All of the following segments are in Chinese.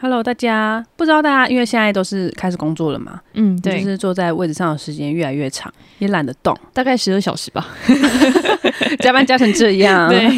Hello，大家，不知道大家因为现在都是开始工作了嘛，嗯，就对，是坐在位置上的时间越来越长，也懒得动，大概十二小时吧。 加班加成这样， 对，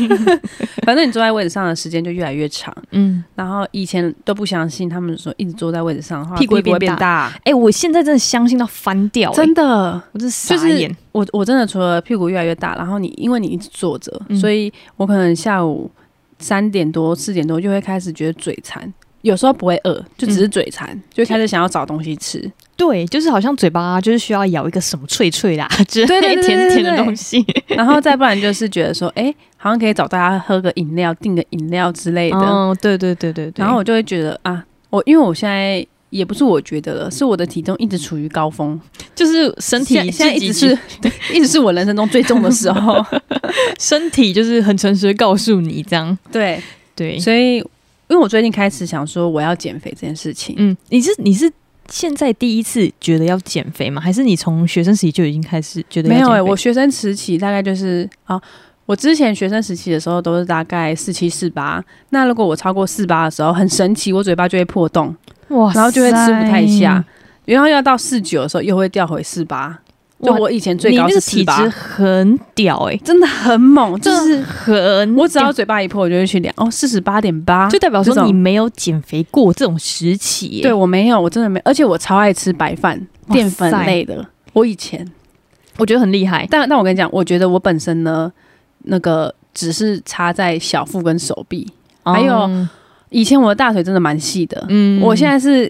反正你坐在位置上的时间就越来越长。 嗯，然后以前都不相信，他们说一直坐在位置上的话，屁股会会变变大，哎、我现在真的相信到翻掉、欸，哎真，的。我真就的傻是眼。我我真的除了屁股越来越大，然后你因为你一直坐着，嗯所以我可能下午三点多四点多就会开始觉得嘴馋，有时候不会饿，就只是嘴馋，就开始想要找东西吃。对，就是好像嘴巴、就是需要咬一个什么脆脆的、啊， 之对对类对甜对甜的 对东西。然后再不然就是觉得说，哎、好像可以找大家喝个饮料，订个饮料之类的。嗯，对对对对对。然后我就会觉得啊，我因为我现在也不是我觉得了，是我的体重一直处于高峰，就是身体现在现在一直自己是 对，一直是我人生中最重的时 候。 身体就是很诚实地告诉你这样。对，对，所以因为我最近开始想说我要减肥这件事情，嗯，你是你是现在第一次觉得要减肥吗？还是你从学生时期就已经开始觉得要没有减哎、肥我学生时期大概就是啊。我之前学生时期的时候都是大概四七四八，那如果我超过四八的时候，很神奇，我嘴巴就会破洞，哇塞，然后就会吃不太下，然后要到四九的时候又会掉回四八。就哇我以前最高是你那个体四八，质很屌哎、真的很猛，就真的是很我只要屌嘴巴一破，我就会去量，哦，四十八点八就。代表这说种你没有减肥过这种时期、欸，对，我没有，我真的没，而且我超爱吃白饭、哇淀粉塞类的。我以前，我觉得很厉害。但但我跟你讲，我觉得我本身呢，那个只是插在小腹跟手臂。还有嗯以前我的大腿真的蛮细的，嗯我现在是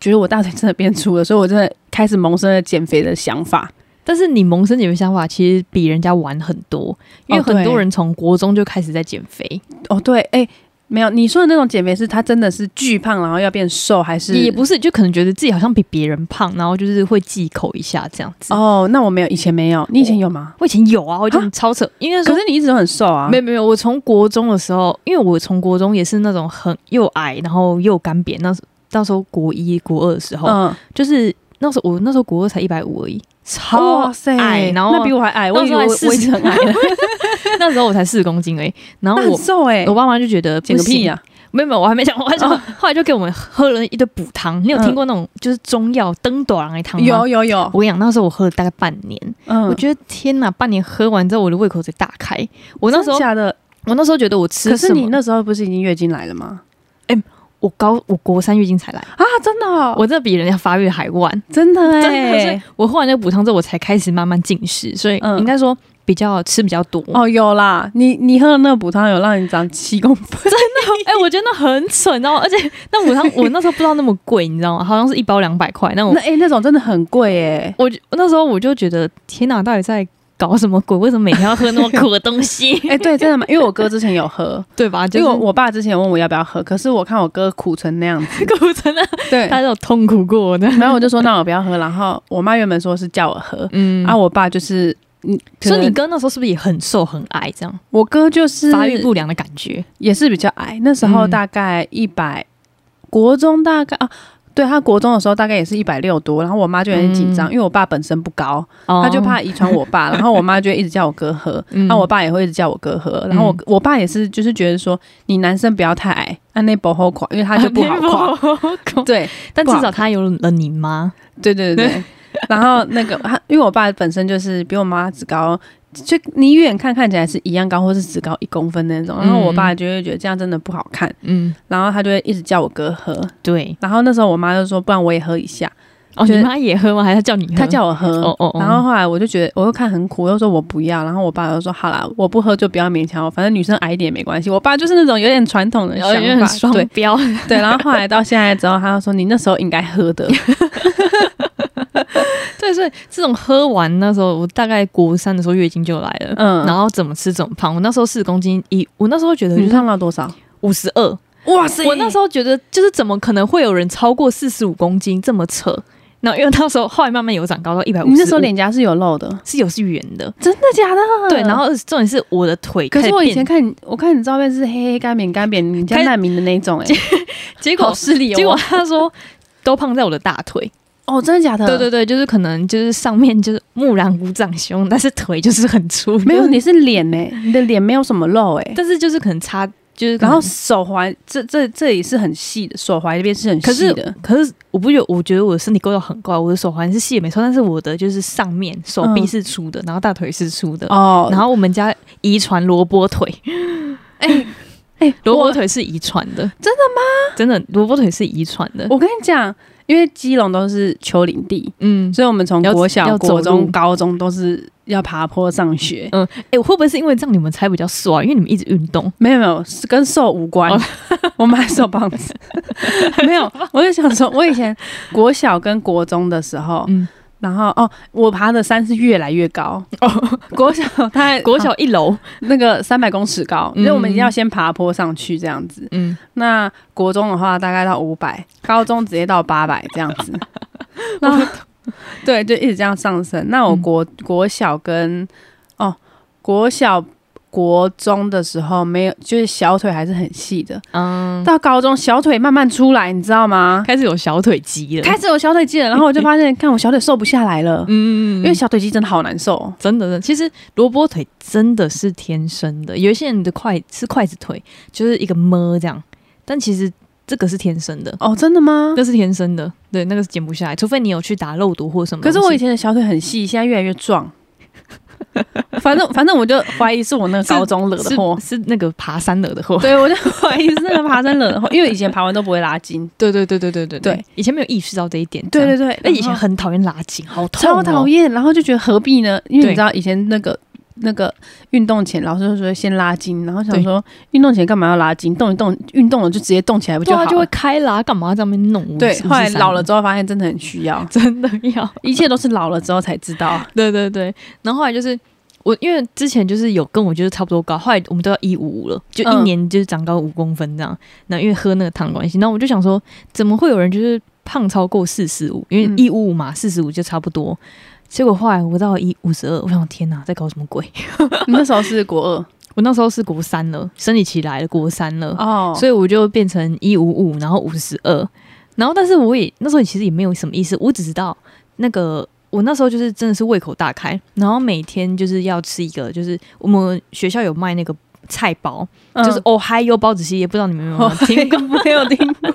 觉得我大腿真的变粗了，所以我真的开始萌生了减肥的想法。但是你萌生减肥想法，其实比人家晚很多，因为哦对很多人从国中就开始在减肥，哦，对，哎、没有，你说的那种减肥是他真的是巨胖，然后要变瘦，还是也不是就可能觉得自己好像比别人胖，然后就是会忌口一下这样子。哦，那我没有，以前没有，你以前有吗？我以前有啊，我觉得超扯，应该可说是你一直都很瘦啊，没有没有，我从国中的时候，因为我从国中也是那种很又矮，然后又干瘪，那时到时候国一国二的时候，嗯，就是那时候我那时候国二才一百五而已，超哇塞，矮然后那比我还矮，我那以时为候我还我已经很矮了， 那时候我才四公斤而已，然后那 很我。瘦哎我，爸妈就觉得减不个屁行，呀！哦没有没有，我还没讲完。然后后来就给我们喝了一堆补汤。你有嗯听过那种就是中药登朵郎的汤吗？有有有，我跟你讲，那时候我喝了大概半年，我嗯，觉得天哪，半年喝完之后我的胃口才大开。我那时候真的假的，我那时候觉得我吃可什是么，你那时候不是已经月经来了吗？我高我国三月经才来，啊，真的哦， 我这比人家发育还晚。真的真的，所以哎，我喝完那个补汤之后，我才开始慢慢进食，所以嗯应该说比较吃比较多。哦，有啦，你你喝的那个补汤有让你长七公分， 哎、我觉得那很蠢，你知道吗？而且那补汤我那时候不知道那么贵，你知道吗？好像是一包两百块。那我那哎那种真的很贵 哎，我就那时候我就觉得，天哪，到底在搞什么鬼？为什么每天要喝那么苦的东 西？哎对，真的吗？因为我哥之前有喝，对吧？因就为是我我爸之前问我要不要喝，可是我看我哥苦成那样子，苦真的，对，他都有痛苦过 的。然后我就说那我不要喝，然后我妈原本说是叫我喝，嗯啊，，我爸就是，嗯，可所以你能哥那时候是不是也很瘦很矮，这样我哥就是发育不嗯良的感觉？也是比较矮，那时候大概一百、国中大概啊。对他国中的时候大概也是一百六多，然后我妈就有点紧张，嗯因为我爸本身不高，哦他就怕遗传我 爸，然后我妈就一直叫我哥喝，那、嗯我爸也会一直叫我哥喝，然后我、嗯我爸也是就是觉得说你男生不要太矮，按那不好垮，因为他就不 啊好垮，垮对但 至不好少他有了你妈。对对对 对，然后那个他因为我爸本身就是比我妈只高，就你远看看起来是一样高，或是只高一公分那种，然后我爸就会觉得这样真的不好看，嗯，然后他就会一直叫我哥喝，对。然后那时候我妈就说，不然我也喝一下，哦，觉你得妈也喝吗？还是她叫你喝？她叫我喝。哦哦哦。然后后来我就觉得，我又看很苦，我又说我不要。然后我爸就说：“好啦，我不喝就不要勉强我，反正女生矮一点也没关系。”我爸就是那种有点传统的然想后法，有点双对标，对。然后后来到现在之后，他就说：“你那时候应该喝的。 对，所以这种喝完那时候，我大概国三的时候月经就来了，嗯然后怎么吃怎么胖，我那时候四公斤一，我那时候觉”得就你是胖到多少？五十二，哇塞我那时候觉得就是怎么可能会有人超过四十五公斤这么扯？然后因为那时候后来慢慢有长高到一百五，你那时候脸颊是有肉的，是有是圆的，真的假的？对，然后重点是我的腿可开是始我以变前看你，我看你照片是黑黑干扁干扁，你家开难民的那种哎、欸，结好果势利哦。结果他说都胖在我的大腿，哦，真的假的？对对，对，就是可能就是上面就是木兰无长胸，但是腿就是很粗，没有，就是欸你是脸哎、你的脸没有什么肉哎、但是就是可能差就是然后可能手踝这这这里是很细的，手踝这边是很可细是的，可是我不觉得，我觉得我的身体构造很怪，我的手环是细的没错，但是我的就是上面手臂嗯是粗的，然后大腿是粗的，哦呃然后我们家遗传萝卜腿， 哎，萝卜我腿是遗传的，真的吗？真的，萝卜腿是遗传的。我跟你讲，因为基隆都是丘陵地，嗯，所以我们从要国小、要走国中路、高中都是要爬坡上学。哎、我会不会是因为这样你们才比较瘦啊？因为你们一直运动，没有没有，是跟瘦无关。哦 我买手棒 子，没有。我就想说，我以前国小跟国中的时候，嗯，然后哦，我爬的山是越来越 高。哦，国小大概国小一楼，那个三百公尺高，嗯因为我们一定要先爬坡上去这样子。嗯，那国中的话大概到五百，高中直接到八百这样 子。然后 对，就一直这样上升。那嗯我国、国小跟哦国小国中的时候没有，就是小腿还是很细的。嗯，到高中小腿慢慢出来，你知道吗？开始有小腿肌了，开始有小腿肌了，然后我就发 现，看我小腿瘦不下来了，嗯，嗯，嗯因为小腿肌真的好难受哦。真的，其实萝卜腿真的是天生的，有一些人的筷是筷子腿，就是一个么这样，但其实这个是天生的，哦，真的吗？这是天生的，对，那个是减不下来，除非你有去打肉毒或什么可东是西。我以前的小腿很细，现在越来越 壮。反正反正我就怀疑是我那个高中惹的祸，是是那个爬山惹的祸。对我就怀疑是那个爬山惹的祸，因为以前爬完都不会拉筋。对对对对对对对，以前没有意识到这一点。对这样对对，那以前很讨厌拉筋，好痛、超哦，讨。厌，然后就觉得何必呢？因为对你知道以前那个那个运动前老师就说先拉筋，然后想对说运动前干嘛要拉筋？动一动，运动了就直接动起来不对就好啊，了？就会开啦，干嘛在那边弄？对是，不是后来老了伤之后发现真的很需要，真的要。一切都是老了之后才知道。对对对，然后后来就是我，因为之前就是有跟我就是差不多高，后来我们都要一五五了，就一嗯年就是长高五公分这样。那、因为喝那个糖的关系，那我就想说，怎么会有人就是胖超过四十五？因为嗯一五五嘛，四十五就差不多。结果后来我到一五十二，我想天哪，在搞什么鬼？ 你那时候是国二我那时候是国三了，生理期来了，国三了，哦所以我就变成一五五，然后五十二，然后但是我也那时候其实也没有什么意思，我只知道那个我那时候就是真的是胃口大开，然后每天就是要吃一个，就是我们学校有卖那个菜包，以哦就是哦嗨哟包子系列，不知道你们有没 有听过？没有嗯 听过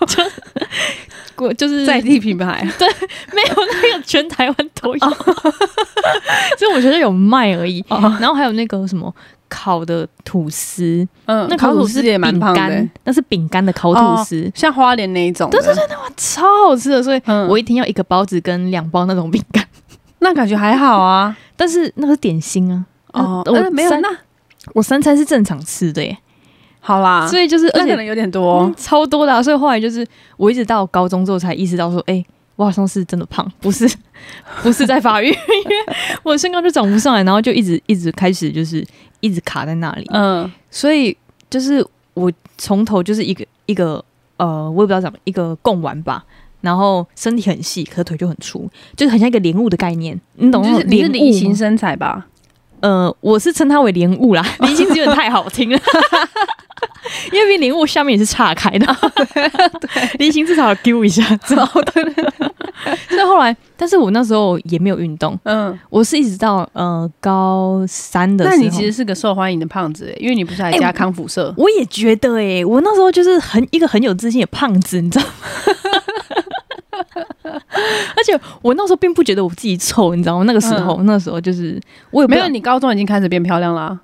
过就 是在地品牌，没有那个全台湾都有， 所以我学校有卖而已。哦然后还有那个什么烤的吐司，嗯那烤吐司也蛮饼胖的干欸，，那是饼干的烤吐司，像花莲那一种的，对对对，哦啊超好吃的，所以嗯我一天要一个包子跟两包那种饼干， 那感觉还好啊。但是那个是点心啊。哦，我呃没有三那我三餐是正常吃的耶，好啦，所以就是那而可且能有点多嗯。超多的、啊，所以后来就是我一直到高中之后才意识到说，哎、我好像是真的胖，不是 不是在发育， 因为我身高就长不上来，然后就一直一直开始就是一直卡在那里，嗯，所以就是我从头就是一个一个呃，我也不知道怎么一个贡丸吧。然后身体很细，可腿就很粗，就是很像一个莲雾的概念，你懂你那是种你是莲梨雾形吗？身材吧？呃，我是称它为莲雾 啦，莲形有点太好 听了，因为毕竟莲雾下面也是岔开的，莲形至少要揪一下，知道哦对对对。所以后来，但是我那时候也没有运动，嗯，我是一直到呃高三的时那候，你其实是个受欢迎的胖子欸，因为你不是还哎加我康复社？我也觉得诶、我那时候就是很一个很有自信的胖子，你知 道吗？而且我那时候并不觉得我自己丑，你知道吗？那个时候，那时候就是我也不没知道有，你高中已经开始变漂亮啦。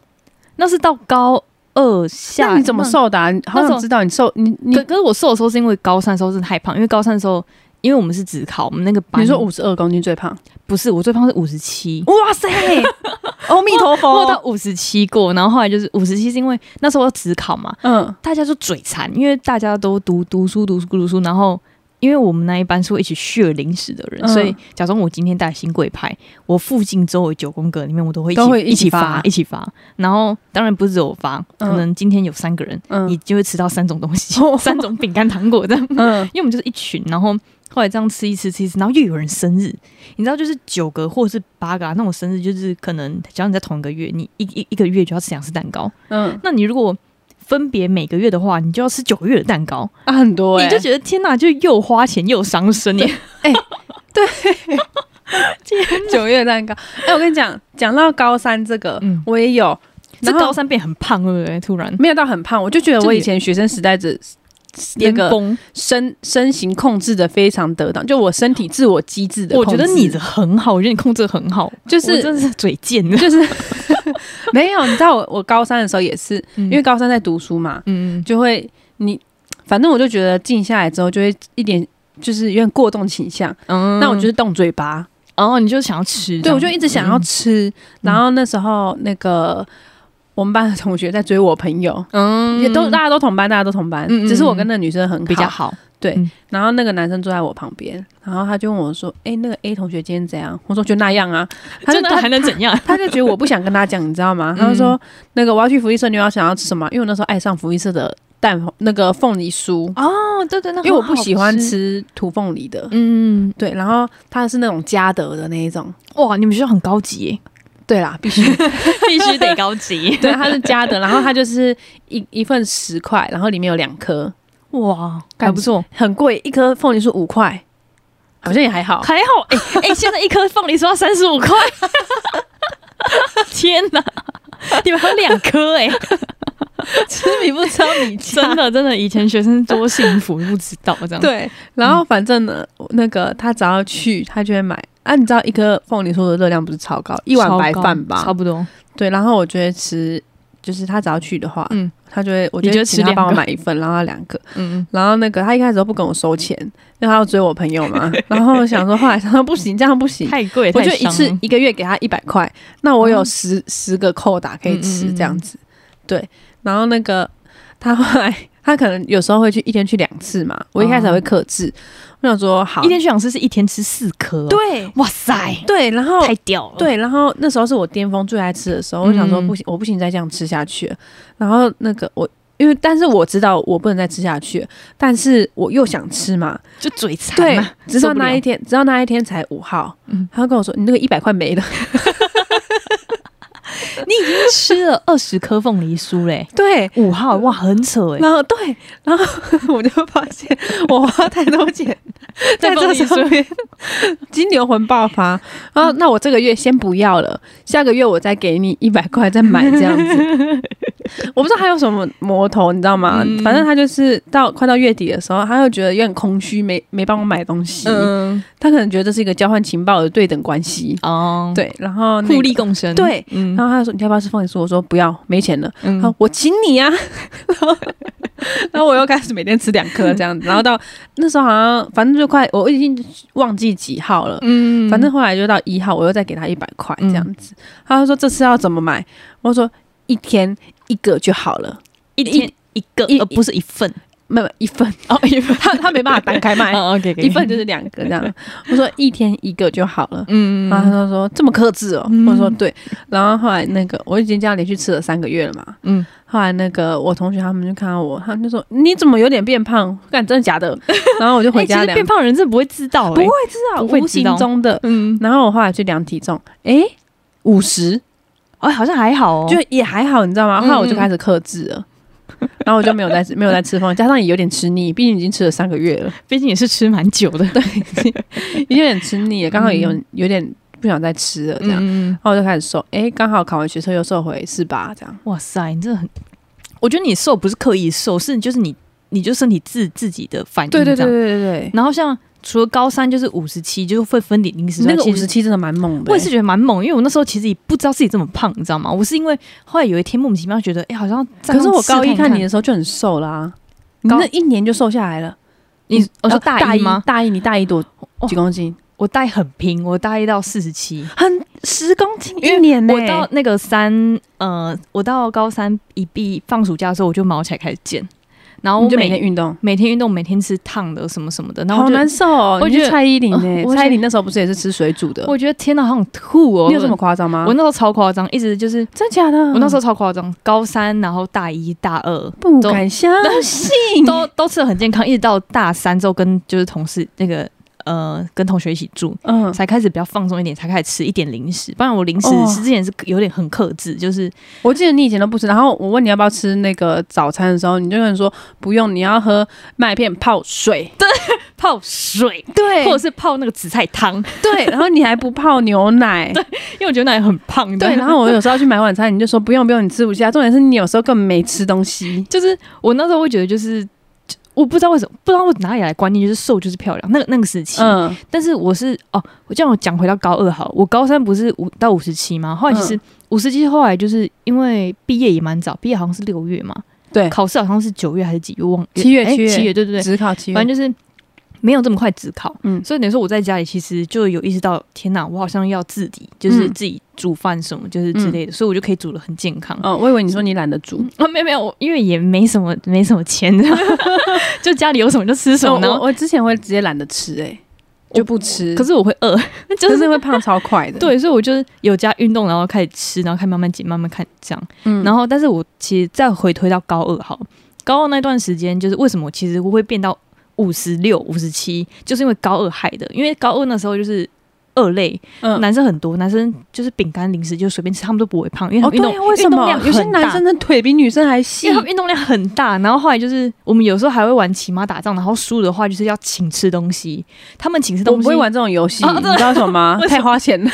那是到高二下，那你怎么？瘦的啊？好那时想候知道你瘦，你你可可是我瘦的时候是因为高三的时候真的太胖，因为高三的时候，因为我们是只考，我们那个班你说五十二公斤最胖？不是我最胖是五十七，哇塞， 阿弥陀我有到五十七过，然后后来就是五十七是因为那时候要只考嘛，嗯，大家就嘴馋，因为大家都读读书读书读书，然后因为我们那一班是会一起血零食的人，嗯所以假装我今天带新贵派，我附近周围九宫格里面我都会一起都会一一起发发一起发，然后当然不是只有我发，嗯可能今天有三个人，嗯你就会吃到三种东 西，三种饼干糖果这样，嗯，因为我们就是一群，然后。后来这样吃一吃吃一吃，然后又有人生日，你知道，就是九个或者是八个、啊、那种生日，就是可能只要你在同一个月，你一一一个月就要吃两次蛋糕，嗯那你如果分别每个月的话，你就要吃九个月的蛋糕，啊，很多哎、你就觉得天哪，就又花钱又伤身耶！ 九月蛋糕。哎、我跟你讲，讲到高三这个，嗯我也有。这然后高三变很胖，对不对？突然没有到很胖，我就觉得我以前学生时代的那巅个峰，身身形控制的非常得当，就我身体自我机制的我控制。觉得你的很好，我觉得你控制的很好，就我是真的是嘴贱，就是 没有，你知道我我高三的时候也是，因嗯因为高三在读书嘛，嗯，就会你反正我就觉得静下来之后就会一点就是有点过动倾向，嗯那我就是得，动嘴巴，然后你就想要吃，嗯对我就一直想要吃，然后那时候那个我们班的同学在追我朋友。嗯，嗯也都大家都同班，大家都同班，嗯嗯嗯只是我跟那女生很好比较。好，然后那个男生坐在我旁边，然后他就问我说：“哎、那个 A 同学今天怎样？”我说：“就那样啊。” 他这就那还能怎样？他就觉得我不想跟他讲，你知道吗？嗯他就说：“那个我要去福利社，你要想要吃什么？”因为我那时候爱上福利社的蛋那个凤梨酥，哦，对对，那因为我不喜欢很好，吃土凤梨的。嗯，对，然后它是那种嘉德的那一种。哇，你们学校很高级耶，对啦，必须 必须得高 级，对，它是嘉德，然后它就是一一份十块，然后里面有两颗，哇，干还不错，很贵，一颗凤梨酥五块，好像也还 好。还好，哎、哎、现在一颗凤梨酥要三十五块， 天哪！你们还有两颗哎，吃米不知道米 价 真的真的，以前学生多幸福，不知道这样。，对，然后反正呢，我那个他只要去，他就会买。啊，你知道一颗凤梨酥的热量不是超高，一碗白饭差吧？不多。对，然后我就会吃，就是他只要去的话，嗯他就会，我你就就会请他吃两个帮我买一份，然后他两个，嗯，然后那个他一开始都不跟我收钱，因为他要追我朋友 嘛。然后我想说，后来想说不行，这样不行， 太贵，我太就一伤次了一个月给他一百块，那我有嗯十十个扣打可以嗯嗯吃嗯这样子，对。然后那个他后来 他可能有时候会去一天去两次嘛，我一开始还会克制，我想说好哦一，天去两次是一天吃四颗、哦，，对哇塞，对，然后太屌了。，对，然后那时候是我巅峰最爱吃的时候，我想说嗯不行，我不行再这样吃下去了。然后那个我。因为，但是我知道我不能再吃下去了，但是我又想吃嘛，就嘴馋 啊对嘛，，直到受不那了一天，直到那一天才五号，嗯他就跟我说你那个一百块没 了，你已经吃了二十颗凤梨酥嘞，对，五号哇，很扯哎。然后对，然后 我就发现我花太多 钱在这上面， 金牛魂爆发。然后那我这个月先不要了，下个月我再给你一百块再买这样子。 我不知道还有什么魔头，你知道吗？嗯反正他就是到快到月底的时候，他又觉得有点空虚，没没帮我买东西。嗯，他可能觉得这是一个交换情报的对等关系。哦，，对，然后、互利。共生。对嗯，然后他就说：“你要不要吃凤梨酥？”我说：“不要，没钱了。”嗯好，我请你呀、 然后，然后我又开始每天吃两颗这样子，然后到那时候好像反正就快，我已经忘记几号了。嗯反正后来就到一号，我又再给他一百块这样子。他就说这次要怎么买？我说一天一个就好了，一天一个，一而不是一份没有一份， 哦，一 份他他没办法单开卖， 哦，OK，一份就是两个这样。我说一天一个就好了。嗯然后他就说这么克制哦，嗯我说对。然后后来那个我已经这样连续吃了三个月了嘛，嗯，后来那个我同学他们就看到我，他们就说你怎么有点变胖？干真的假 的？然后我就回哎，其家实量，变胖人真的不会知道，不哎会知道，不会知道无形中的。嗯，然后我后来去量体重，诶五十，哎，好像还好哦，就也还好，你知道吗？嗯后来我就开始克制了。然后我就没有 再没有再吃饭，加上也有点吃腻，毕竟已经吃了三个月了，毕竟也是吃蛮久的，对，也有点吃腻了，刚好也有有点不想再吃了这这样。样， 嗯然后我就开始瘦，诶，刚好考完学车又瘦回四八这样。哇塞，你真的很，我觉得你瘦不是刻意瘦，是就是你，你就身体自自己的反应，对对对。对对然后像除了高三就是五十七，就是会分点零对，食之外，那个其五实十七真的蛮猛的、欸我也是觉得蛮猛，因为我那时候其实也不知道自己这么胖，你知道吗？我是因为后来有一天莫名其妙觉得，哎、好像可是我高一看看你的时候就很瘦啦、你高那一年就瘦下来了。你我哦说呃大一吗？大一你大一多哦几公斤？我大一很拼，我大一到四十七，很十公斤因为年欸我到那个三呃，我到高三一毕放暑假的时候，我就毛起来开始减，然后你我就每每天运动，每天运动，每天吃烫的什么什么的，然后好我就难受哦。我你觉得去蔡依林呢、呃我觉得蔡依林那时候不是也是吃水煮的？我觉得天哪，好想吐哦！你有这么夸张嗯吗？我那时候超夸张，一直就是真假的？我那时候超夸张，高三然后大一大二不敢相信，都都吃的很健康，一直到大三之后跟就是同事那个呃跟同学一起住， 嗯，才开始比较放松一点，才开始吃一点零食。不然我零食哦吃之前是有点很克制，就是我记得你以前都不吃。然后我问你要不要吃那个早餐的时候，你就跟人说不用，你要喝麦片泡水。泡水，对或者是泡那个紫菜汤， 对，然后你还不泡牛奶，因为我觉得那也很胖的。对，然后我有时候要去买晚餐，你就说不用不用，你吃不下。重点是你有时候根本没吃东西，就是我那时候会觉得，就是就我不知道为什么，不知道我哪里来的观念，就是瘦就是漂亮。那个那个时期，嗯，但是我是哦，我这样我讲回到高二好了，我高三不是五到五十七吗？后来其嗯实五十七后来就是因为毕业也蛮早，毕业好像是六月嘛，对考试好像是九月还是几月忘了？七月哎七月七月对对对，只考七月反正就是没有这么快只考，嗯所以等于说我在家里其实就有意识到，天哪，我好像要自理，就是嗯自己煮饭什么就是之类的，所以我就可以煮的很健康。哦，我以为你说你懒得煮，嗯啊，没有没有，我因为也没什么没什么钱 的，就家里有什么就吃什 哦么。然我后，我之前会直接懒得吃，哎，就不吃，可是是我会饿， 就就是是会胖超快的，，对，所以我就是有加运动，然后开始吃，然后开始慢慢减，慢慢看这样。嗯然后，但是我其实再回推到高二好，高二那段时间，就是为什么我其实会变到五十六、五十七，就是因为高二害的。因为高二那时候就是二类，嗯男生很多，男生就是饼干、零食就随便吃，他们都不会胖，因为他哦，们运动、对，为什运动么量有些很大男生的腿比女生还细因为？他们运动量很大，然后后来就是我们有时候还会玩骑马打仗，然后输的话就是要请吃东西，他们请吃我东不西。会玩这种游戏，哦你真知的道为什么吗？ 为什么太花钱了，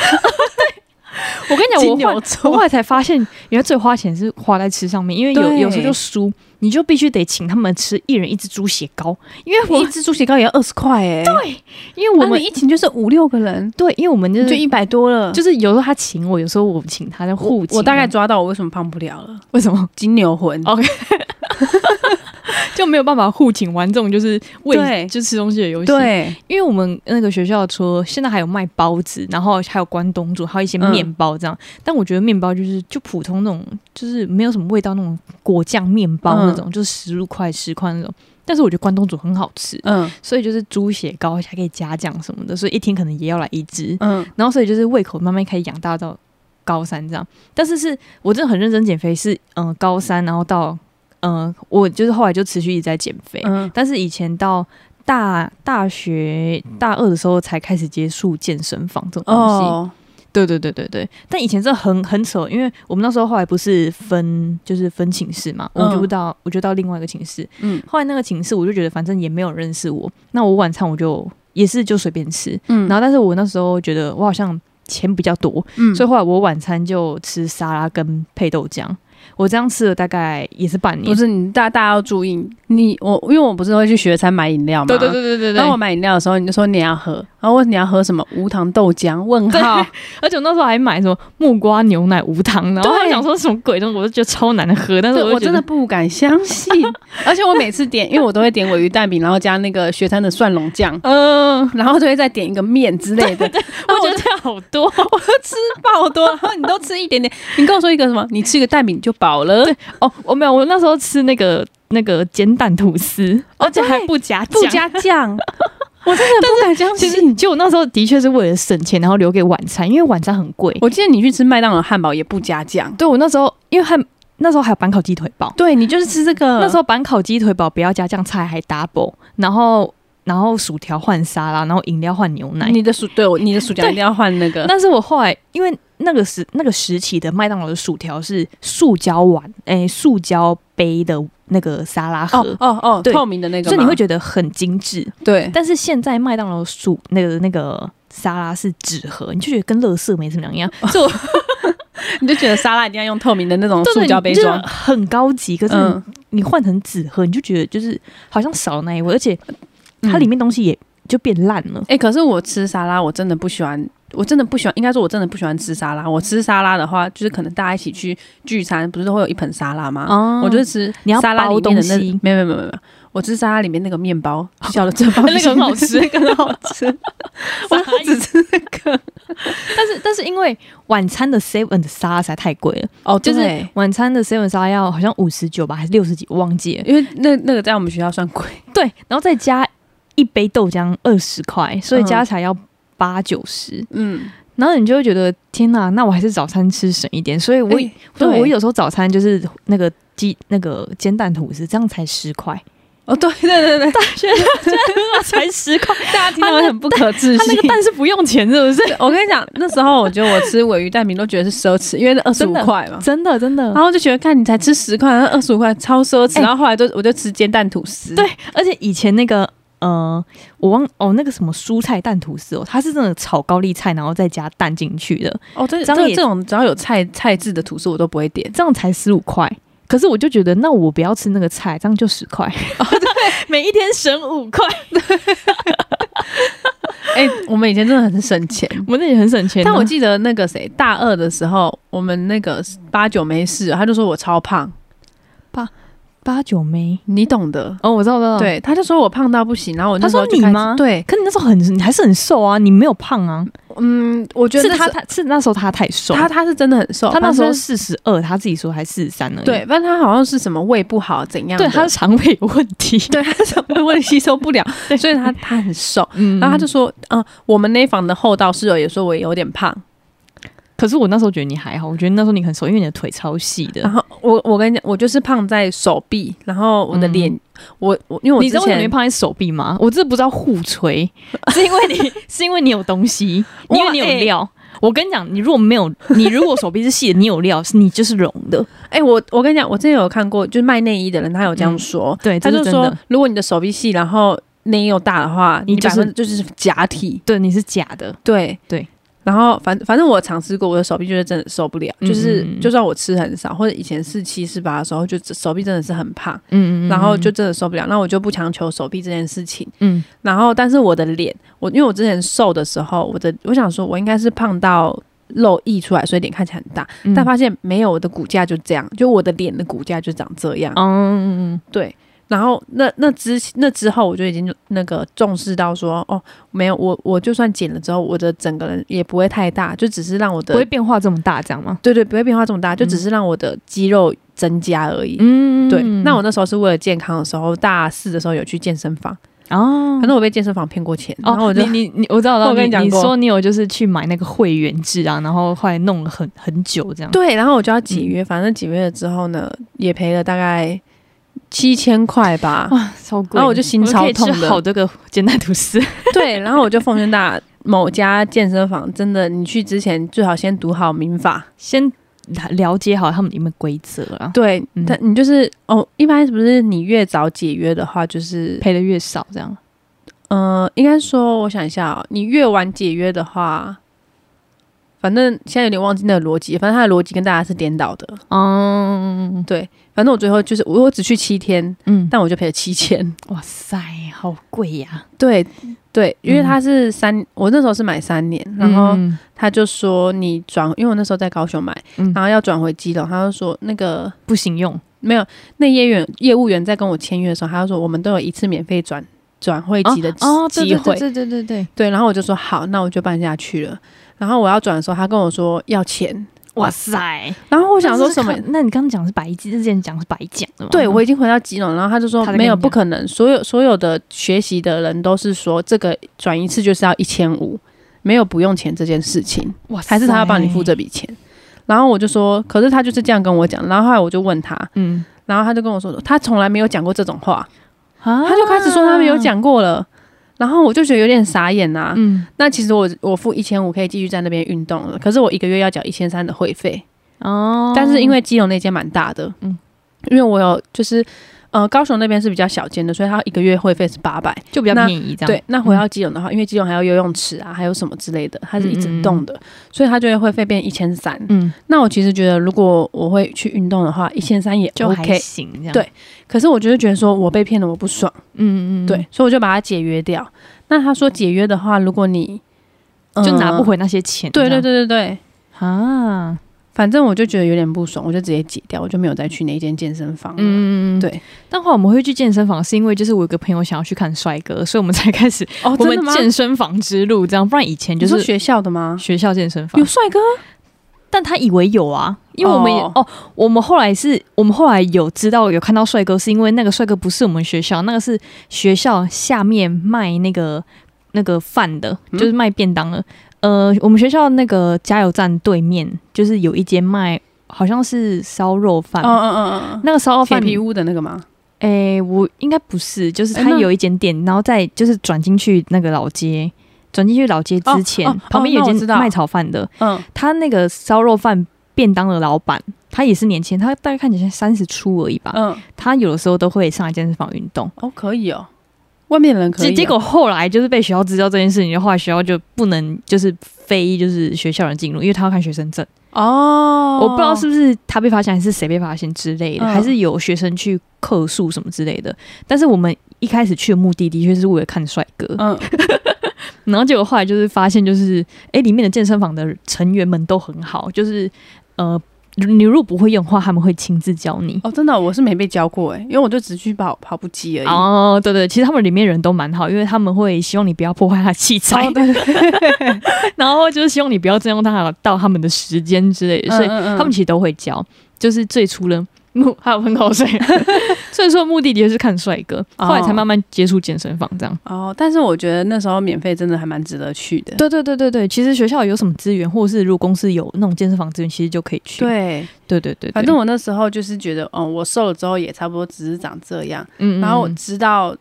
我跟你讲，我金后牛来座 我后来才发现，原来最花钱是花在吃上面，因为有对有时候就输，你就必须得请他们吃一人一只猪血糕，因为我一只猪血糕也要二十块哎，对，因为我我们、们一请就是五六个人，对，因为我们就是就一百多了，就是有时候他请我，有时候我请他，就互请。我大概抓到我为什么胖不了了，为什么金牛魂哦就没有办法互请玩这种就是对喂就吃东西的游戏？，对，因为我们那个学校除了现在还有卖包子，然后还有关东煮，还有一些嗯面包这样。但我觉得面包就是就普通那种，就是没有什么味道那种果酱面包那嗯种，就是十五块十块那种。但是我觉得关东煮很好吃，嗯所以就是猪血糕还可以加酱什么的，所以一天可能也要来一只。嗯，然后所以就是胃口慢慢开始养大到高三这样。但是是我真的很认真减肥，是嗯、呃高三，然后到嗯、呃我就是后来就持续一直在减肥，嗯但是以前到大大学大二的时候才开始接触健身房这种东西。哦，对对对对对。但以前真的很很扯，因为我们那时候后来不是分就是分寝室嘛，嗯我就不到、我就到另外一个寝室。嗯后来那个寝室我就觉得反正也没有认识我，那我晚餐我就也是就随便吃。嗯然后但是我那时候觉得我好像钱比较多，嗯所以后来我晚餐就吃沙拉跟配豆浆。我这样吃了大概也是半年，不是你大大家要注意，你我因为我不是会去学餐买饮料嘛，对对对对对对。然后我买饮料的时候，你就说你要喝，然后问你要喝什么无糖豆浆？问 号，而且我那时候还买什么木瓜牛奶无糖，然后对他想说什么鬼东西，我就觉得超难喝，但是对我我就觉真得的不敢相 信。而且我每次点，因为我都会点尾鱼蛋饼，然后加那个学餐的蒜蓉 酱，嗯、然后就会再点一个面之类 的，然后我我觉就得这样好多，吃爆多，然后你都吃一点点，你跟我说一个什么？你吃一个蛋饼就饱了，哦，我没有，我那时候吃那个那个煎蛋吐司，而且还不加哦不酱。加 酱，我真的不敢相其实信。，就我那时候的确是为了省钱，然后留给晚餐，因为晚餐很贵。我记得你去吃麦当劳汉堡也不加酱，对我那时候，因为还那时候还有板烤鸡腿堡，对嗯你就是吃这个，那时候板烤鸡腿堡不要加酱，菜还 double，然后然后薯条换沙拉，然后饮料换牛奶。你的薯对我，你的薯条一定要换那个，但是我后来因为那个时那个时期的麦当劳的薯条是塑胶碗，诶、塑胶杯的那个沙拉盒，哦哦哦，对透明的那个吗，所以你会觉得很精致。得对，但是现在麦当劳薯那个那个沙拉是纸盒，你就觉得跟垃圾没什么两样，哦就你就觉得沙拉一定要用透明的那种塑胶杯对对装你就觉得，很高级。可是嗯，你换成纸盒，你就觉得就是好像少了那一味，而且它嗯里面东西也就变烂了。哎、可是我吃沙拉，我真的不喜欢，我真的不喜欢，应该说我真的不喜欢吃沙拉。我吃沙拉的话，就是可能大家一起去聚餐，不是都会有一盆沙拉吗？哦啊我 就是吃你要沙拉里包面的那东西，啊没有没有没有没有，我吃沙拉里面那个面包，小的正方那个很好吃 那个很好吃。我傻 眼只吃那个，但是但是因为晚餐的 seven 的沙拉实在太贵了，哦，就就是是晚餐的 seven 沙拉要好像五十九吧，还是六十几，我忘记了。因为那那个在我们学校算贵，对，然后再加一杯豆浆二十块，所以嗯加起来要八九十。嗯，然后你就会觉得天哪，那我还是早餐吃省一点。所以我，哎所以对我有时候早餐就是那个鸡那个煎蛋吐司，这样才十 块，哦，对对对对，才十块。大家听到会很不可置他那信个。蛋是不用钱，是不是？ 我跟你讲，那时候我觉得我吃尾鱼蛋饼都觉得是奢侈，因为那二十五真的块嘛， 真的，真的。然后就觉得，看你才吃十块，二十五块，超奢侈。哎然后后来就我就吃煎蛋吐司，对，而且以前那个。呃，我忘哦那个什么蔬菜蛋吐司哦，它是真的炒高丽菜，然后再加蛋进去的，哦，这这张也这种只要有菜菜质的吐司我都不会点。这样才十五块。可是我就觉得，那我不要吃那个菜，这样就十块。 每一天省五块，哎、我们以前真的很省钱。我们那也很省钱啊。但我记得那个谁，大二的时候，我们那个八九没事，他就说我超胖，八九妹，你懂的。哦，我知道，我知道。，对，他就说我胖到不行，然后我那他时说候就你开始吗对，可你那时候很，你还是很瘦啊，你没有胖啊。嗯，我觉是得那他时太是那时候他太瘦，啊他他是真的很瘦，他那时反候正四十二，他自己说还四十三而已。对，，但他好像是什么胃不好怎样的，对，他是肠胃有问 题。对他什么胃吸收不了， 所以他他很瘦。嗯然后他就，说，嗯、我们那一房的后道室友也说我有点胖。可是我那时候觉得你还好，我觉得那时候你很瘦，因为你的腿超细的 然。后我我跟你讲，我就是胖在手臂，然后我的脸，我我因为我嗯你之知道为什么前你胖在手臂吗？我这不知道互吹，是因为你 欸是因为你有东西，哇因为你有料。我跟你讲，你如果没有，你如果手臂是细的，你有料，是你就是隆的。哎、我我跟你讲，我之前有看过，就是卖内衣的人，他有这样说，嗯对，他这就是真说的，如果你的手臂细，然后内衣又大的话，你你就百是分之就是假体，对，你是假的。对对。然后反反正我尝试过，我的手臂就是真的受不了，嗯就是嗯嗯就算我吃很少，或者以前四七四八的时候，就手臂真的是很胖，嗯然后就真的受不了，那我就不强求手臂这件事情。嗯然后，但是我的脸，我因为我之前瘦的时候，我的我想说我应该是胖到肉溢出来，所以脸看起来很大，嗯但发现没有，我的骨架就这样，就我的脸的骨架就长这样。嗯嗯对，然后那那之那之后，我就已经那个重视到说，哦，没有我我就算减了之后，我的整个人也不会太大，就只是让我不会的变化这么大，这样吗？对对不会变化这么大，就只是让我的肌肉增加而已。嗯对，那我那时候是为了健康的时候，大四的时候有去健身房，哦反正我被健身房骗过钱，然后哦，我就你你你，我知道，我跟你你讲你过说你有就是去买那个会员制啊，然后后来弄了很很久这 样。对，然后我就要嗯解约，反正解约了之后呢，也赔了大概七千块吧。哇，超贵的！然后我就心超痛的我可以吃好这个煎蛋吐司，对，然后我就奉劝大家，某家健身房真的，你去之前最好先读好民法。 先了解好他们里面规则啊，对嗯，但你就是哦，一般是不是你越早解约的话，就是赔的越少这样。嗯、呃应该说，我想一下、哦，你越晚解约的话。反正现在有点忘记那个逻辑，反正他的逻辑跟大家是颠倒的。嗯反正我最后就是我我只去七天，嗯，但我就赔了七千。哇塞，好贵呀、对对，因为他是三，我那时候是买三年，然后嗯他就说你转，因为我那时候在高雄买，嗯然后要转回基隆，他就说那个不行用，没有，那业员业务员在跟我签约的时候，他就说我们都有一次免费转转会籍的哦，对机对会，对对对对对，对，然后我就说好，那我就办下去了。然后我要转的时候，他跟我说要钱，哇塞！然后我我想说什么？那你刚刚讲是白之前讲是白讲的吗？对，我已经回到基隆，然后他就说嗯他在跟没有，你不讲可能。所有所有的学习的人都是说，这个转一次就是要一千五，没有不用钱这件事情，哇塞，还是他要帮你付这笔钱。然后我就说，可是他就是这样跟我讲。然后后来我就问他，嗯然后他就跟我说，他从来没有讲过这种话，啊他就开始说他没有，讲过了。然后我就觉得有点傻眼呐、嗯那其实我我付一千五可以继续在那边运动了，可是我一个月要缴一千三的会费。哦，但是因为基隆那间蛮大的，嗯嗯，因为我有就是呃高雄那边是比较小间的，所以它一个月会费是八百。就比较那便宜这样，嗯对，那回到基隆的话，因为基隆还有游泳池啊，还有什么之类的，它是一整栋的，所以它就会会费变一千三。嗯，那我其实觉得，如果我会去运动的话，一千三也就还 OK。行这样，对可是我就是觉得说我被骗了，我不爽，嗯嗯嗯，对，，所以我就把它解约掉。那他说解约的话，如果你、呃就拿不，回那些钱，对对对对对，对，啊，反正我就觉得有点不爽，我就直接解掉，我就没有再去那间健身房了。嗯，对。但后来我们会去健身房，是因为就是我有个朋友想要去看帅哥，所以我们才开 始哦，我真们的吗？健身房之路。这样，不然以前你就说是学校的吗？学校健身房有，帅哥？但他以为有啊，因为我们也哦哦，我们后来是我们后来有知道有看到帅哥，是因为那个帅哥不是我们学校，那个是学校下面卖那个那个饭的，嗯就是卖便当的。呃，我们学校那个加油站对面就是有一间卖，好像是烧肉饭。嗯嗯嗯嗯嗯，啊那个烧肉铁饭皮屋的那个吗？诶，我应该不是，就是诶它那有一间店，然后再就是转进去那个老街，转进去老街之前，哦哦旁边哦有那一我间知道卖炒饭的，嗯，他那个烧肉饭便当的老板，他也是年轻人，他大概看起来三十出而已吧。嗯，他有的时候都会上来健身房运动，哦，可以哦。外面的人可以结哦、结果后来就是被学校知道这件事情的话，学校就不能就是非就是学校人进入，因为他要看学生证。哦，我不知道是不是他被发现，还是谁被发现之类的，嗯还是有学生去客诉什么之类的。但是我们一开始去的目的的确是为了看帅哥，嗯，然后结果后来就是发现，就是诶里面的健身房的成员们都很好，就是呃，你如果不会用的话，他们会亲自教你。哦，真的，我是没被教过哎、因为我就只去跑跑步机而已。哦，对对，其实他们里面人都蛮好，因为他们会希望你不要破坏他的器材，哦对对对，然后就是希望你不要占用他到他们的时间之类的， 所以他他们其实都会教。就是最初呢，目还有喷口水，所以说目的的确是看帅哥，哦后来才慢慢接触健身房这样。哦，但是我觉得那时候免费真的还蛮值得去的。对对对对对，其实学校有什么资源，或者是如果公司有那种健身房资源，其实就可以去。对，对对对，对反正我那时候就是觉得，嗯，我瘦了之后也差不多只是长这样，嗯，嗯然后我嗯直到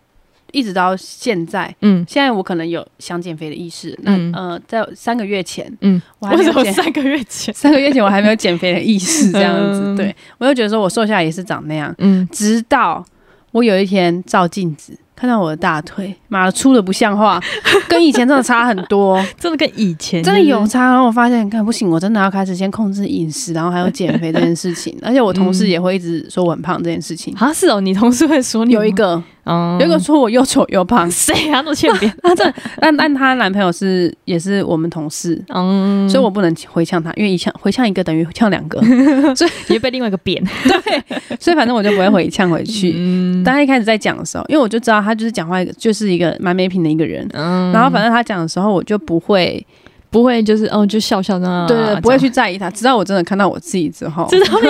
一直到现在，嗯，现在我可能有想减肥的意识。那、嗯呃，在三个月前，嗯，我还没为什有么减，三个月前？ 三个月前我还没有减肥的意识，这样子。嗯对我就觉得说我瘦下来也是长那样，嗯，直到我有一天照镜子。看到我的大腿，妈的，粗的不像话，跟以前真的差很多，真的跟以前真的就是有差。然后我发现，看不行，我真的要开始先控制饮食，然后还有减肥这件事情。而且我同事也会一直说我很胖这件事情。啊？是嗯哦，你同事会说你有一吗，个，嗯有一个说我又丑又胖，谁啊？诺倩 别，她真的，但但她男朋友是也是我们同事，嗯，所以我不能回呛他，因为一呛回呛一个等于呛两 个，也被另外一个扁，所以反正我就不会回呛回去。嗯当他一开始在讲的时候，因为我就知道他就是讲话一个就是一个蛮没品的一个人，嗯然后反正他讲的时候我就不会，不会就是哦，就笑笑那，对对，对不会啊这样。去在意他，直到我真的看到我自己之 后，知道 你，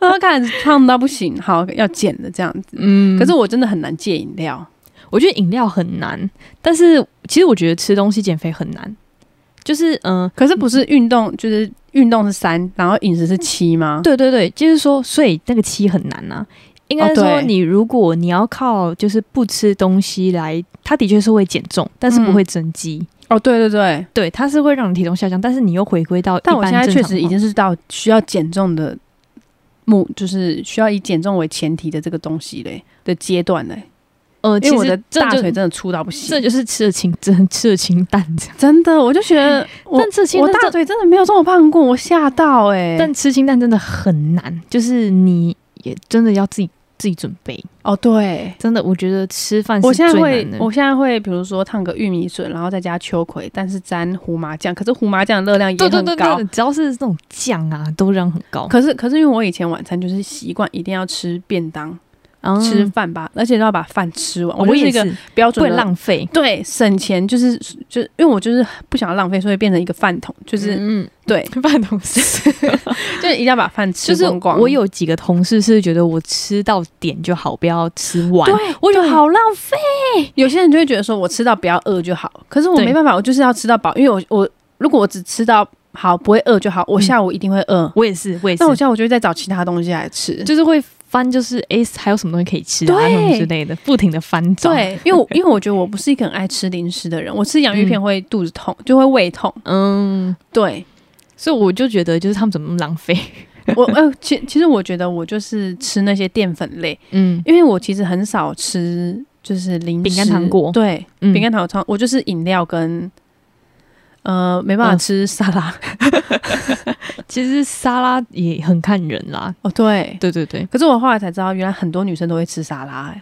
然后开始胖到不行，好要减的这样子。嗯可是我真的很难戒饮料，我觉得饮料很难，但是其实我觉得吃东西减肥很难，就是嗯、呃可是不是运动就是运动是三，然后饮食是七吗？对对对，就是说，所以那个七很难啊。应该哦说，对你如果你要靠就是不吃东西来，它的确是会减重，但是不嗯会增肌。哦，对对对，对，它是会让你体重下降，但是你又回归到一但我般现在正确常实已化经是到需要减重的目，就是需要以减重为前提的这个东西嘞的阶段嘞，呃，因其为我的实这大就腿真的粗到不这行，就是吃了清，真吃了清淡这样。真的，我就觉 得我但吃清我淡大真，腿真的没有这么胖过，我吓到哎、但吃清淡真的很难，就是你也真的要自己自己准备。哦，对。真的，我觉得吃饭是我现在最会难，的我现在会，比如说烫个玉米笋，然后再加秋葵，但是沾胡麻酱。可是胡麻酱的热量也对对很对高对，。只要是这种酱啊，都让很高。可是可是因为我以前晚餐就是习惯一定要吃便当，嗯吃饭吧，而且都要把饭吃完。我我就是也一个是标不准能的浪费，对，省钱就是就因为我就是不想要浪费，所以变成一个饭桶，就、就是嗯，对，饭同 事就是一定要把饭吃就是光光。我有几个同事是觉得我吃到点就好，不要吃完。对，我觉得对好浪费。有些人就会觉得说我吃到不要饿就好，可是我对没办法，我就是要吃到饱，因为我我如果我只吃到好不会饿就好，我嗯下午一定会饿。我也是，我也是那我。下午就会再找其他东西来吃。就是会翻，就是哎、诶还有什么东西可以吃啊，对什么之类的，不停的翻找。， 对，因为我因为我觉得我不是一个很爱吃零食的人，我吃洋芋片会肚子痛，就会胃痛。嗯，对所以我就觉得，就是他们怎么那么浪费？ 我呃，其其实我觉得我就是吃那些淀粉类，嗯，因为我其实很少吃就是零食、饼干糖果对，嗯 饼干糖果超，我就是饮料跟呃没办法嗯吃沙拉、其实沙拉也很看人啦。哦，对。对对对，可是我后来才知道，原来很多女生都会吃沙拉、欸，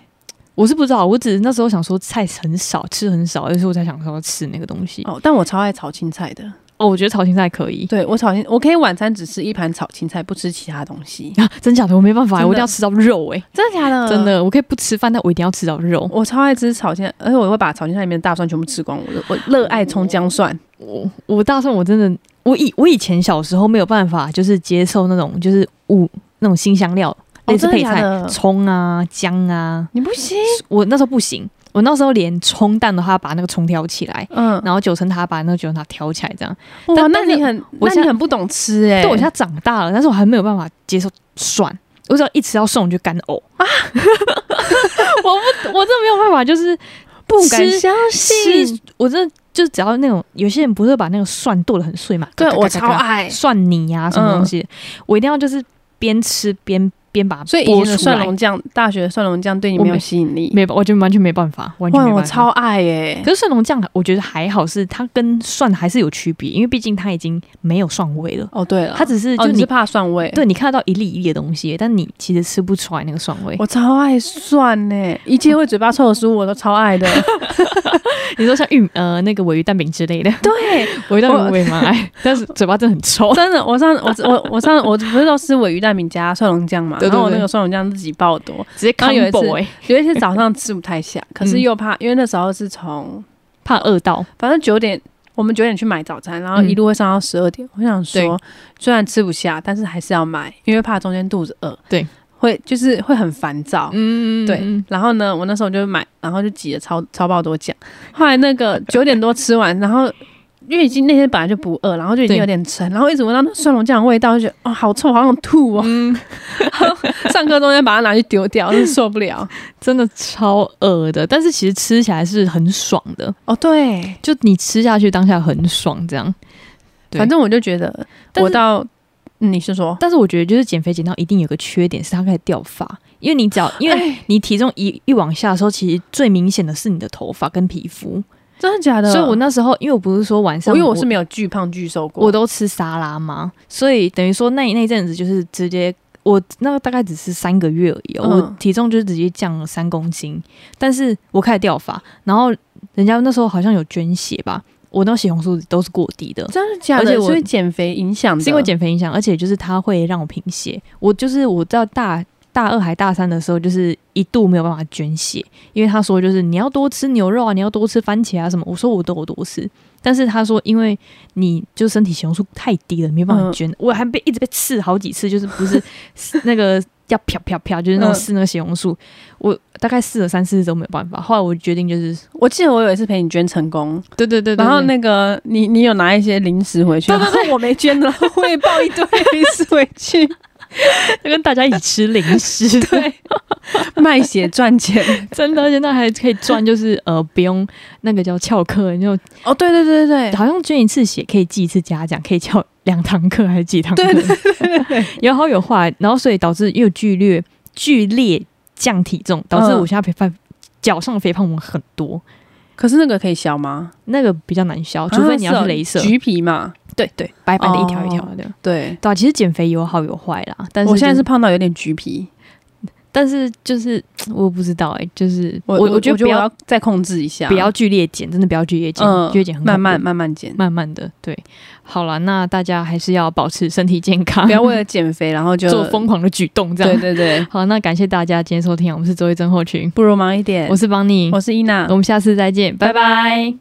我是不知道，我只是那时候想说菜很少，吃很少，所以我才想说吃那个东西。哦，但我超爱炒青菜的。哦，我觉得炒青菜可以 对我炒青，我可以晚餐只吃一盘炒青菜，不吃其他东西。啊，真假的，我没办法，真的嗯我一定要吃到肉哎、真的假的？真，的，我可以不吃饭，但我一定要吃到肉。我超爱吃炒青菜，而且我会把炒青菜里面的大蒜全部吃光。我我热爱葱姜蒜，我我大蒜我真的，我以我以前小时候没有办法，就是接受那种就是五那种新香料，类似哦真的配假菜，的葱啊姜啊，你不行。我那时候不行，我那时候连冲蛋的话把那个葱挑起来。嗯，然后九层塔把那个九层塔挑起来，这样。哇，但那但是你很，我那现你在很不懂吃哎、对，我现在长大了，但是我还没有办法接受蒜，我只要一吃到蒜我就干呕啊！ 我不，我真的没有办法，就是不敢吃相吃信。，我真的就只要那种有些人不是把那个蒜剁得很碎嘛？对嘎嘎我嘎超嗯嘎爱，蒜泥啊什么东西，我一定要就是边吃边边把它所以以剥前的出来蒜蓉酱，大学的蒜蓉酱对你我没有没吸引力。没，我就完全没办法，完全哇，没办我法。超爱耶、可是蒜蓉酱，我觉得还好，是它跟蒜还是有区别，因为毕竟它已经没有蒜味了，哦，对了，它只是就哦，你你,、是怕蒜味？，对你看得到一粒一粒的东西，但你其实吃不出来那个蒜味。我超爱蒜呢、一切会嘴巴臭的食物我都超爱 的。你说像玉米呃那个尾鱼蛋饼之 类的，对，尾鱼蛋饼我我也蛮爱，但是嘴巴真的很臭。真的，我上我我我上我不是都吃尾鱼蛋饼加蒜蓉酱嘛，对对然后我对那个蒜蓉酱自己爆多，直接然后有一次 combo 哎、有一些早上吃不太下，可是嗯又怕，因为那时候是从 怕饿到。反正九点。我们九点去买早餐，然后嗯一路会上到十二点。我想说对，虽然吃不下，但是还是要买，因为怕中间肚子饿。对，会就是会很烦躁。嗯，对，然后呢，我那时候就买，然后就挤了超超爆多酱。后来那个九点多吃完，然后因为已经那天本来就不饿，然后就已经对有点撑，然后一直闻到那蒜蓉酱的味道，就觉得哦好臭，好想吐哦。嗯， 上课中间把它拿去丢掉，真是受不 了。真的超饿的，但是其实吃起来是很爽的，哦，对，就你吃下去当下很爽这样。对反正我就觉得，但是我到嗯你是说，但是我觉得就是减肥减到一定有个缺点是它开始掉发，因为你只要因为哎你体重一一往下的时候，其实最明显的是你的头发跟皮肤。真的假的？所以我那时候因为我不是说晚上我因为我是没有巨胖巨瘦过，我都吃沙拉嘛，所以等于说那那一阵子就是直接我那个大概只是三个月而已哦、嗯我体重就是直接降了三公斤，但是我开始掉发，然后人家那时候好像有捐血吧，我那血红素都是过低的，真的假而的？且我所以减肥影响的是因为减肥影响，而且就是它会让我贫血。我就是我到大大二还大三的时候，就是一度没有办法捐血，因为他说就是你要多吃牛肉啊，你要多吃番茄啊什么。我说我都有多吃，但是他说因为你就身体血红素太低了，没有办法嗯捐。我还被一直被刺好几次，就是不 是那个。要啪啪啪，就是那种嗯试那个血红素，我大概试了三四次都没有办法。后来我决定就是，我记得我有一次陪你捐成功，对对对然后 那个你你有拿一些零食回去，对对对然后我没捐，然后我也抱一堆零食回去，跟大家一起吃零食，对， 卖血赚 钱。真的，而且那还可以赚，就是呃，不用那个叫翘课，就哦，对对对对对，好像捐一次血可以记一次嘉奖，可以翘两堂课还是几堂课？对 对对 有好有坏，然后所以导致又剧烈剧烈降体重，导致嗯我现在肥胖脚上的肥胖纹很多，可是那个可以消吗？那个比较难消，除非你要去镭射，啊是哦橘皮嘛。对对，白白的一条一条的。对，对啊，其实减肥有好有坏啦，但是我现在，就是胖到有点橘皮，但是就是我不知道哎、就是我我我觉得得不我要要再控制一下，不要剧烈减，真的不要剧烈减，嗯剧烈减很慢恐怖慢慢慢减，慢慢的，对，好了，那大家还是要保持身体健康，不要为了减肥然后就 做疯狂的举动，这对样。对对，好，那感谢大家今天收听啊，我们是周一真后群，不如忙一点我。是邦尼我，是伊娜我，们下次再见，拜拜